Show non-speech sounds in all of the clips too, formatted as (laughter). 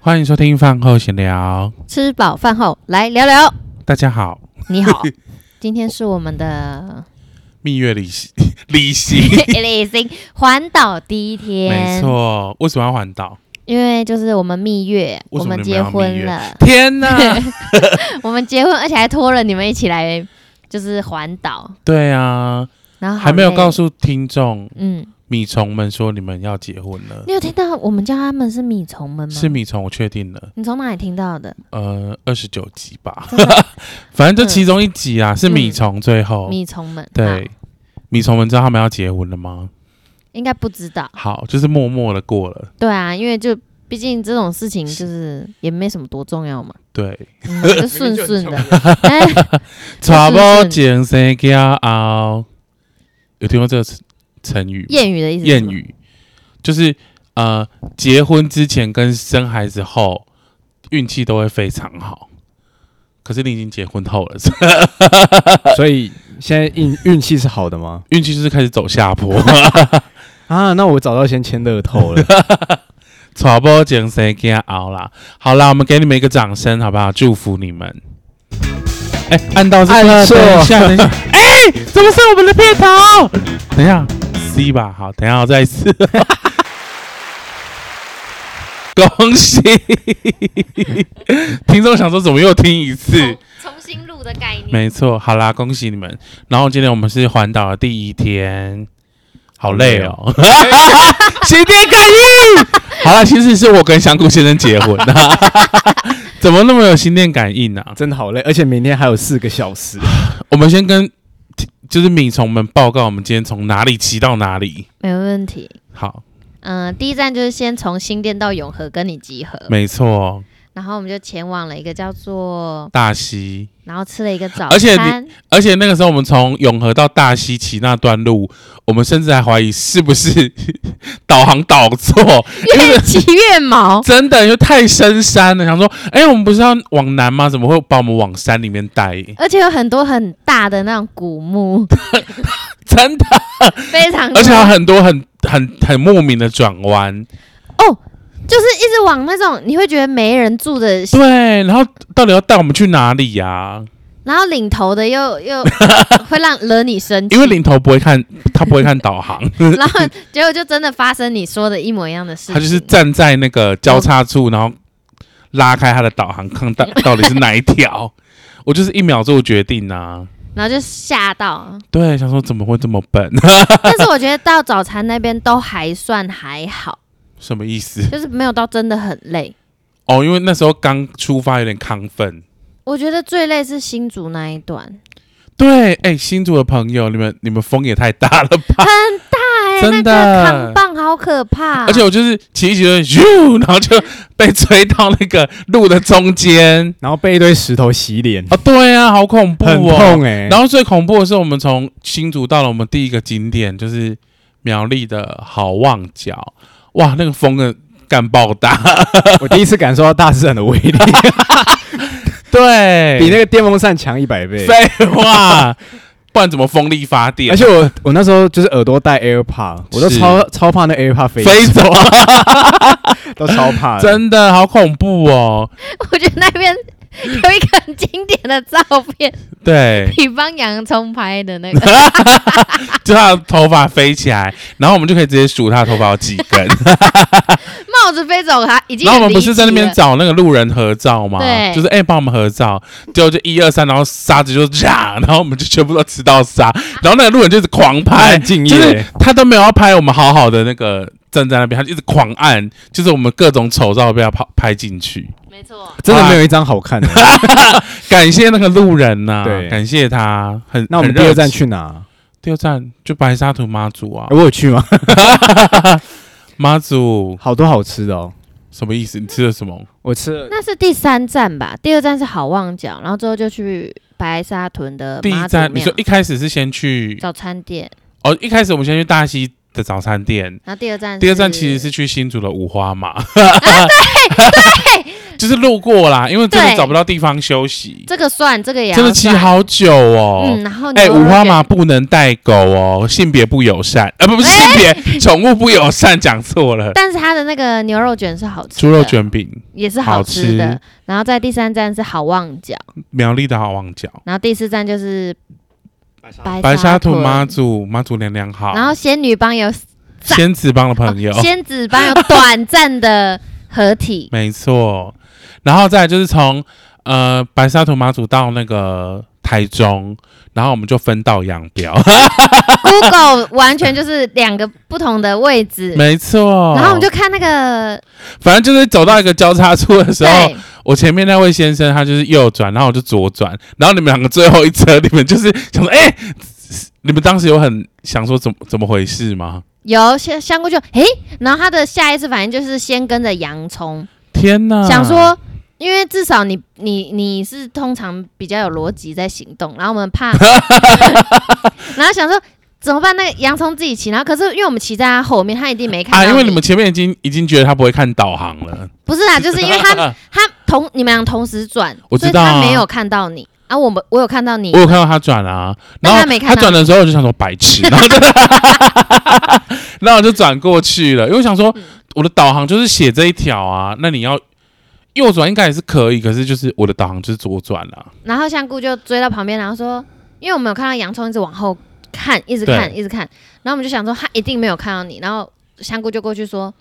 欢迎收听饭后闲聊。吃饱饭后来聊聊。大家好，你 (laughs) 好，今天是我们的 (laughs) 蜜月旅行， (laughs) 旅行，旅行环岛第一天，没，错。为什么要环岛？因为就是我们蜜月，为我什么们你们结要蜜婚月了， (laughs) 天哪！我们结婚，而且还拖了你们一起来，就是环岛，对啊，然后好还没有累告，诉听众嗯，米虫们说你们要结婚了。你有听到我们叫他们是米虫们吗？是，米虫，我确定了，你从哪里听到的？呃，二十九集吧， (laughs) 反正就其中一集啊，是米虫最后。嗯米虫们，好，对，米虫们知道他们要结婚了吗？应该不知道，好，就是默默的过了。对啊，因为就毕竟这种事情就是也没什么多重要嘛，对，嗯、就顺顺 (laughs) 的，哎，查某前生家后，有听过这个成成语吗？谚语的意思，谚，语就是呃，结婚之前跟生孩子后运气都会非常好，可是你已经结婚后了，所以现在运运气是好的吗？ (laughs) 运气就是开始走下坡。 (laughs) 啊，那我早到先签乐透 (laughs) 了。查某前生家后啦，好啦，我们给你们一个掌声，好不好？祝福你们。哎、按到这个，按错等一下，等一下，哎、怎么是我们的片头？等一下，C 吧，好，等一下我再一次。 (laughs) 恭喜！ (laughs) 听众想说怎么又听一次？重新录的概念，没错，好啦，恭喜你们。然后今天我们是环岛的第一天，好累哦， (laughs) 新店感应。好啦，其实是我跟香菇先生结婚的， (laughs) 怎么那么有心电感应呢、啊？真的好累，而且明天还有四个小时。 (laughs) 我们先跟就是米虫们报告，我们今天从哪里骑到哪里。没问题。好，嗯、第一站就是先从新店到永和跟你集合，没错，哦然后我们就前往了一个叫做，大溪。然后吃了一个早餐，而且而且那个时候我们从永和到大溪骑那段路，我们甚至还怀疑是不是 (laughs) 导航导错，因为越骑越毛，真的因为太深山了，想说，哎、我们不是要往南吗？怎么会把我们往山里面带？而且有很多很大的那种古 (laughs) 墓，真的，非常而且还有很多很很很莫名的转弯。哦，就是一直往那种你会觉得没人住的，对，然后到底要带我们去哪里呀、然后领头的 (laughs) 又又会让惹你生气，因为领头不会看，他不会看导 (laughs) 航，然后结果就真的发生你说的一模一样的事情，他就是站在那个交叉处，然后拉开他的导航，看到到底是哪一条。 (laughs) 我就是一秒做决定啊。然后就吓到，对，想说怎么会这么笨？ (laughs) (laughs) 但是我觉得到早餐那边都还算还好，什么意思？就是没有到真的很累。哦，因为那时候刚出发，有点亢奋。我觉得最累是新竹那一段，对，哎、新竹的朋友，你们你们风也太大了吧！哎，真的那个扛棒好可怕、啊而且我就是骑一骑就咻，然后就被吹到那个路的中间。然后被一堆石头洗脸，啊，对啊，好恐怖很哦！痛哎、 (laughs) 然后最恐怖的是，我们从新竹到了我们第一个景点，就是苗栗的好望角。哇，那个风的干爆大，我第一次感受到大自然的威 (laughs) 力，对，比那个电风扇强一百 (laughs) 倍。废话，不然怎么风力发电？而且我我那时候就是耳朵戴 AirPod，我都是超超怕那 AirPod 飞飞走 (laughs) 啊！都超怕 (laughs) 的。真的好恐怖哦！ (laughs) 我觉得那 (laughs) 边有一个很经典的照片，对，比方洋葱拍的 (laughs) 那个，就他的头发飞起来，然后我们就可以直接数他的头发有几根。帽子飞走，他已经然很后我们不是在那离边奇找那个路人合照吗？对就是哎，帮、我们合照，结果就一二三，然后沙子就炸，然后我们就全部都吃到沙，然后那个路人就是狂拍很，敬就是业，他都没有要拍我们好好的那个站在那边，他就一直狂按，就是我们各种丑照被他拍拍进去。了没错，真的没有一张好 (laughs) 看的。感谢那个路人呐、对感谢他，很那我们很第热二站情去哪？第二站就白沙屯妈祖啊 (laughs) 哎，我有去吗？妈祖好多好吃的哦，什么意思？你吃了什么？我吃了那是第三站吧，第二站是好望角，然后之后就去白沙屯的第一妈祖站，你庙说一开始是先去早餐店，哦，一开始我们先去大溪的早餐店，嗯然后第二站 (laughs) 啊第二站其实是去新竹的五花马。就是路过啦，因为真的对找不到地方休息，这个算，这个也要真的骑算。好久哦。啊嗯，然后哎、牛肉五花卷马不能带狗哦，性别不友善，呃，不不是性别，宠、物不友善，讲错了。哎但是啊它的那个牛肉卷是好吃的，猪肉卷饼，也是好好吃的。吃然后在第三站是好望角，苗栗的好望角，然后第四站就是白白沙屯屯妈祖，妈祖娘娘好，然后仙女帮有赞仙子帮的朋友，哦 (laughs) 仙子帮有短暂的合 (laughs) 体，没错。然后再来就是从呃白沙屯妈祖到那个台中，然后我们就分道扬镳， Google 完全就是两个不同的位置， (laughs) 没错。然后我们就看那个反正就是走到一个交叉处的时候，对，我前面那位先生他就是右转，然后我就左转，然后你们两个最后一车，你们就是想说，哎、你们当时有很想说怎么怎么回事吗？有香香菇就诶，然后他的下一次反应就是先跟着洋葱，天哪！啊想说。因为至少你你你是通常比较有逻辑在行动，然后我们 (laughs) 怕，然后想说怎么办？那个洋葱自己骑，然后可是因为我们骑在他后面，他一定没看啊，到因为你们前面已经已经觉得他不会看导航了，不是啦，就是因为 (laughs) 他他同你们俩同时转，我知道啊所以他没有看到你啊，我们我有看到你我，有看到他转啊，然但后他没看到转的时候我就想说白 (laughs) 痴，然后就，然后我就转过去了，因为我想说嗯我的导航就是写这一条啊，那你要右转应该也是可以，可是就是我的导航就是左转啊，然后香菇就追到旁边，然后说，因为我们有看到洋葱一直往后看，一直看，一直看，然后我们就想说他一定没有看到你，然后香菇就过去说，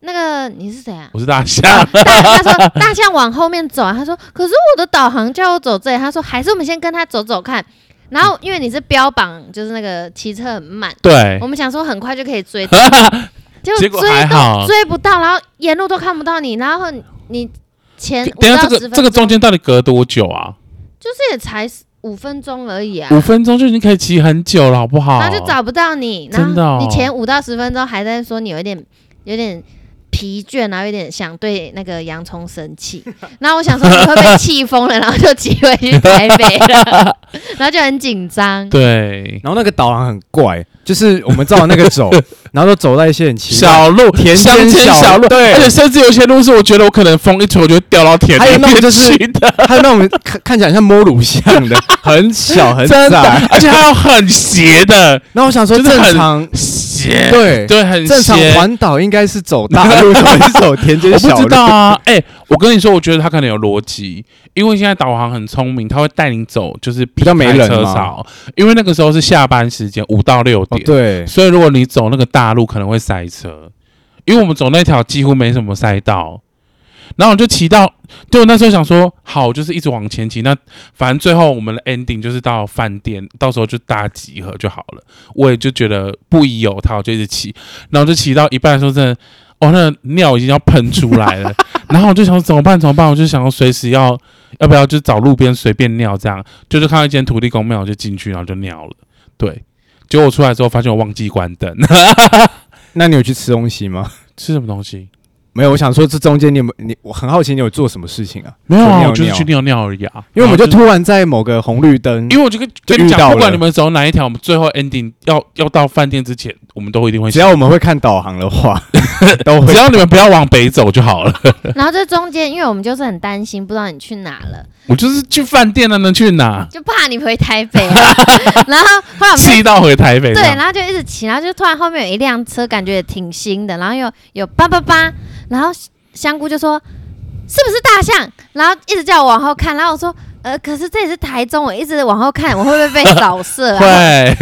那个你是谁啊？我是大象，大他说大象往后面走啊，他说可是我的导航叫我走这里，他说还是我们先跟他走走看。然后因为你是标榜就是那个骑车很慢，对我，们想说很快就可以 (laughs) 追到，结哎结果果追还到好。追不到，然后沿路都看不到你，然后你你前等一下， 5到这个10分这个钟中间到底隔多久啊？就是也才五分钟而已啊，五分钟就已经可以骑很久了，好不好？然后就找不到你，然哦真的后哦你前五到十分钟还在说你有一点有点疲倦，啊然后有点想对那个洋葱生气， (laughs) 然后我想说你会被气疯了，然后就骑回去台北 (laughs) 了，然后就很紧张，对。嗯然后那个导航很怪，就是我们照着那个走，然后都走到一些很奇怪。小路，田乡间间小小路，路对而且甚至有些路是我觉得我可能风一吹，我就会掉到田还有里那种面就是去的，还有那种看看起来像摸乳像的，很小很真的窄。，而且还有很斜的，然后我想说，就是正很常斜，对对，很正常斜。环岛应该是走大路，怎么会走田间我小不路？知道啊，哎、我跟你说，我觉得他可能有逻辑，因为现在导航很聪明，他会带你走，就是避比较没开人车嘛少，因为那个时候是下班时间，五到六哦点，，对，所以如果你走那个大路，可能会塞车，因为我们走那条几乎没什么赛道。然后我就骑到，就我那时候想说，好，我就是一直往前骑。那反正最后我们的 ending 就是到饭店，到时候就大家集合就好了。我也就觉得不疑有他，我就一直骑。然后就骑到一半的时候，真的，哦，那个尿已经要喷出来了。 (laughs) 然后我就想怎么办？怎么办？我就想要随时要要不要就找路边随便尿这样。就是看到一间土地公庙，我就进去，然后就尿了。对，结果我出来之后发现我忘记关灯， (laughs) 那你有去吃东西吗？吃什么东西？没有，我想说这中间你有没有你，我很好奇你有做什么事情啊？没有啊，就尿我就是尿去尿尿而已啊。因为我们就然后突然在某个红绿灯，因为我就跟就跟你遇到讲，了不管你们走哪一条，我们最后 ending 要要到饭店之前，我们都一定会只要我们会看导航的话，都会只要你们不要往北走就好了。然后这中间因为我们就是很担心，不知道你去哪了，我就是去饭店了，能去哪？就怕你回台北 (laughs) 啊，然后后来我们就气到回台北。对，，然后就一直骑，然后就突然后面有一辆车，感觉也挺新的，然后又有叭叭叭，然后香菇就说是不是大象？然后一直叫我往后看，然后我说呃，可是这里是台中，我一直往后看，我会不会被扫射 (laughs) 啊？会。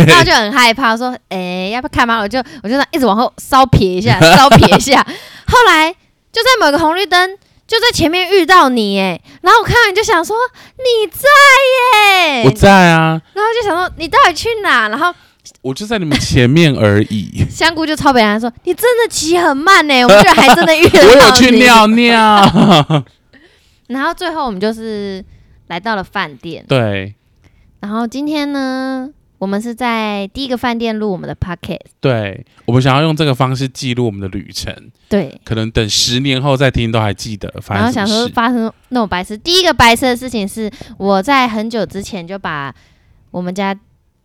然后就很害怕，我说哎、要不要看嘛？我就我就这样一直往后稍撇 (laughs) 一下，稍撇一下，后来就在某个红绿灯。就在前面遇到你哎，然后我看到你就想说你在耶我，在啊，然后就想说你到底去哪？然后。我就在你们前面而已 (laughs) 香菇就超北南说：“你真的骑很慢 (laughs) 呢、我们居然还真的遇得我到你。”有去。尿尿， (laughs) 然后最后我们就是来到了饭店。对然后今天呢，我们是在第一个饭店录我们的 podcast。对，我们想要用这个方式记录我们的旅程，对。可能等十年后再听都还记得。然后反想正说发生那种白痴，第一个白痴的事情是我在很久之前就把我们家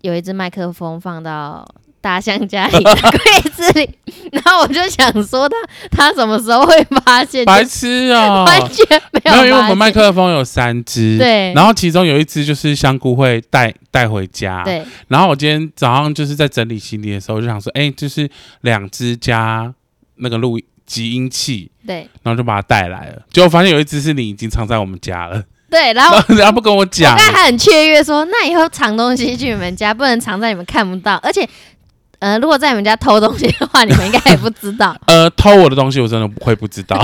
有一只麦克风放到大象家里的柜子里，然后我就想说他他什么时候会发现，白就痴 (laughs) 啊、完全没没有有，发现，因为我们麦克风有三只，对然后其中有一只就是香菇会带带回家，。对然后我今天早上就是在整理行李的时候，我就想说，哎、就是两只加那个录集音器，对然后就把它带来了。结果发现有一只是你已经藏在我们家了，对，然然后后人家不跟我哦我讲，，刚才还很雀跃说，那以后藏东西去你们家，不能藏在你们看不到，而且，呃，如果在你们家偷东西的话，你们应该也不知道 (laughs) 呃，偷我的东西我真的不会不知道，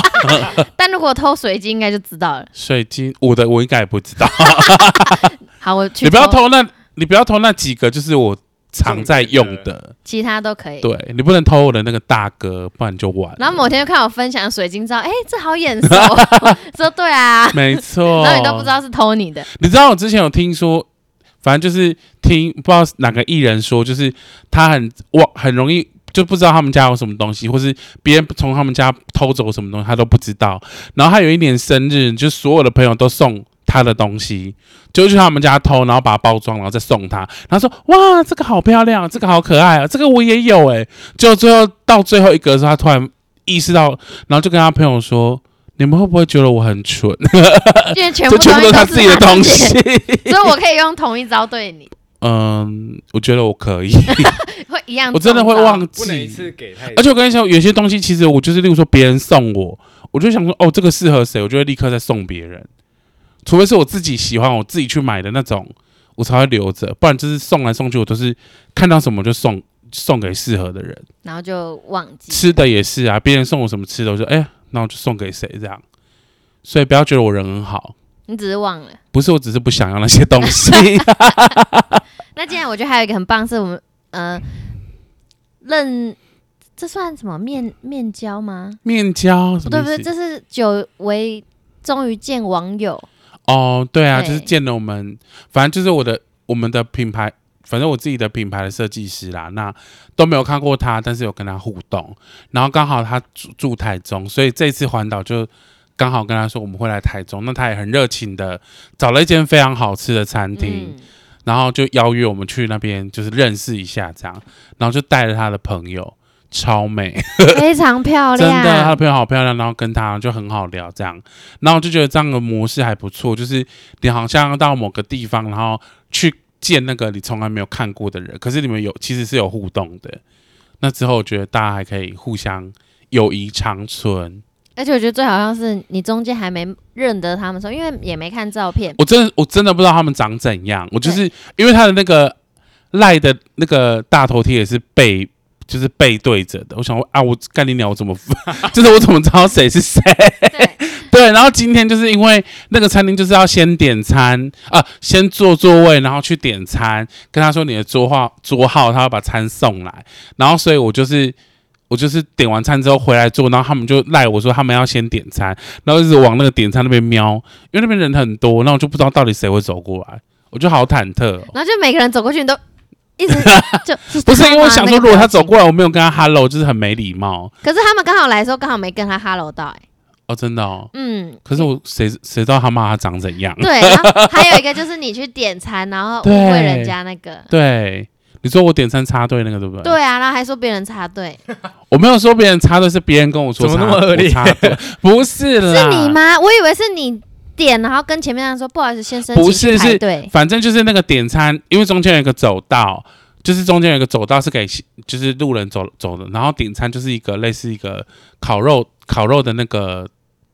但如果偷水晶，应该就知道了。水晶我的我应该也不知道。好，我去，你不要，偷那，你不要偷那几个，就是我常在用的。其他都可以。对你不能偷我的那个大哥，不然就完了。然后某天就看我分享水晶照，哎、这好眼 (laughs) 熟，说对啊， (laughs) 没错，然后你都不知。道是偷你的，你知道我之前有听说，反正就是听不知道哪个艺人说，就是他很哇很容易就不知道他们家有什么东西，或是别人从他们家偷走什么东西，他都不知道。然后他有一年生日，就所有的朋友都送。他的东西就去他们家偷，然后把它包装，然后再送他。然后说：“哇，这个好漂亮，这个好可爱啊，这个我也有哎、欸。”就最后到最后一格的时候，他突然意识到，然后就跟他朋友说：“你们会不会觉得我很蠢？”因为全部就全部都是东他西自己的东西，。所以我可以用同一招对你， (laughs) 嗯，我觉得我可以，会一样，我真的会忘不能一记。次给太多，而且我跟你讲，有些东西其实我就是，例如说别人送我，我就想说，哦，这个适合谁，我就会立刻再送别人。除非是我自己喜欢，我自己去买的那种，我才会留着，不然就是送来送去，我都是看到什么就送送给适合的人。然后就忘记。吃的也是啊，别人送我什么吃的，我就哎、那我就送给谁这样。所以不要觉得我人很好，你只是忘了。不是我只是不想要那些东西。那今天我觉得还有一个很棒，是我们呃认这算什么面面交吗？面交什不么对意思？不对，这是久违终于见网友，哦，对啊，就是对见了我们，反正就是我的我们的品牌，反正我自己的品牌的设计师啦，那都没有看过他，但是有跟他互动，然后刚好他住住台中，所以这次环岛就刚好跟他说我们会来台中，那他也很热情的找了一间非常好吃的餐厅，嗯，然后就邀约我们去那边就是认识一下这样，然后就带了他的朋友，超美。嗯非常漂真亮，的，她的朋友好漂亮，然后跟她就很好聊这样，然后我就觉得这样的模式还不错，就是你好像到某个地方，然后去见那个你从来没有看过的人，可是你们有其实是有互动的。那之后我觉得大家还可以互相友谊长存。而且我觉得最好像是你中间还没认得他们的时候，因为也没看照片，我真的我真的不知道他们长怎样，我就是因为他的那个赖的那个大头贴也是背。就是背对着的，我想说啊，我干你鸟，我怎么， (laughs) 就是我怎么知道谁是谁？对， (laughs) 对，然后今天就是因为那个餐厅就是要先点餐啊、先坐座位，然后去点餐，跟他说你的桌号桌号，他要把餐送来，然后所以我就是。我就是点完餐之后回来做，然后他们就赖我说他们要先点餐，然后一直往那个点餐那边瞄，因为那边人很多，那我就不知道到底谁会走过来，我就好忐忑、哦。然后就每个人走过去你都一直 (laughs) 就 (laughs) 不是因为我想说，如果他走，是他吗那个表情过来，我没有跟他 hello，就是很没礼貌可是他们刚好来的时候刚好没跟他 hello 到、哎，哦，真的哦。嗯，可是我谁谁知道他妈他长怎样？对，然后还有一个就是你去点餐，然后误对会人家那个，对，你说我点餐插队那个对不对？对啊，然后还说别人插队，我没有说别人插队，是别人跟我说怎么插那么恶劣我插队，不是是啦，你？吗？我以为是你点，然后跟前面那人说不好意思，先生，不请是去排是队，反正就是那个点餐，因为中间有一个走道，就是中间有一个走道是给就是路人走走的，然后点餐就是一个类似一个烤肉烤肉的那个。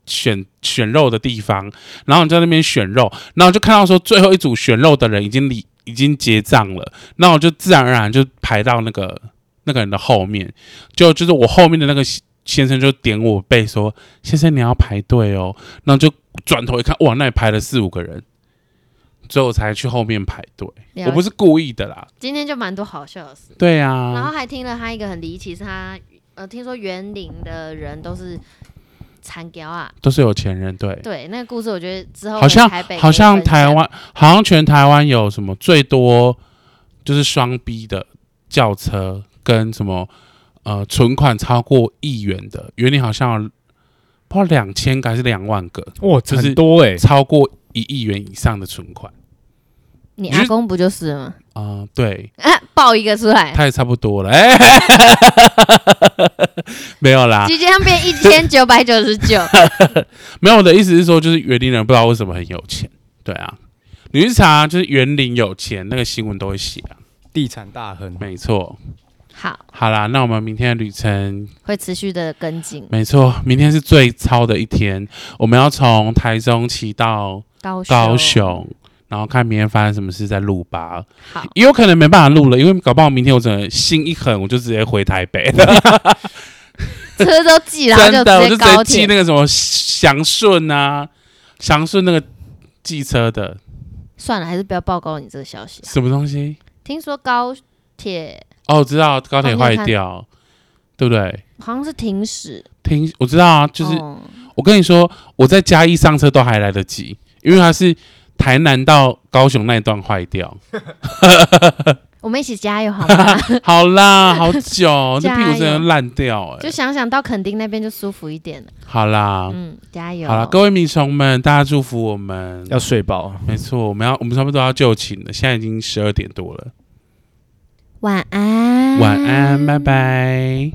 选选肉的地方，然后你在那边选肉，然后就看到说最后一组选肉的人已经离已经结账了，那我就自然而然就排到那个那个人的后面，就就是我后面的那个先生就点我背说：“先生你要排队哦。”然后就转头一看，哇，那里排了四五个人，所以我才去后面排队。了我不解是故意的啦，今天就蛮多好笑的事，对然后啊，还听了他一个很离奇，是他呃，听说园林的人都是残雕啊，都是有钱人，对，对，那个故事我觉得之后好像回台北可以好像分享台湾，好像全台湾有什么最多就是双 B 的轿车跟什么呃存款超过亿元的，原理好像有不知道两千个还是两万个，哇，欸就是很多哎，超过一亿元以上的存款。你就是阿公不就是吗？ (laughs) 啊、对，啊，爆一个 (laughs) 出来，他也差不多了，哎、 (laughs) 没有啦，即将变一千九百九十九。 (laughs) 没有我的意思是说，就是园林人不知道为什么很有钱，对啊，你去查就是园林有钱那个新闻都会写啊，地产大亨，没错。好，好啦，那我们明天的旅程，会持续的跟进没错，明天是最超的一天，我们要从台中骑到高雄高雄，然后看明天发生什么事再录吧。好，也有可能没办法录了，因为搞不好明天我整个心一狠，我就直接回台北了。车都寄， (laughs) 然后真的，我直就接直接高寄铁。那个什么祥顺啊，祥顺那个寄车的算了，还是不要报告你这个消息啊。什么东西？听说高铁哦，我知道高铁哦坏你看掉，对不对？好像是停驶，听，我知道啊，就是、哦我跟你说，我在嘉义上车都还来得及，因为它是台南到高雄那一段坏掉。我们一起加油好 (laughs) 吗？好啦， (laughs) 好久，这加屁股真的油烂掉哎、就想想到垦丁那边就舒服一点了。好啦，嗯，加油。好啦，各位迷虫们，大家祝福我们。要睡饱。没错，我们要我们差不多要就寝了，现在已经十二点多了。晚安，晚安，拜。拜。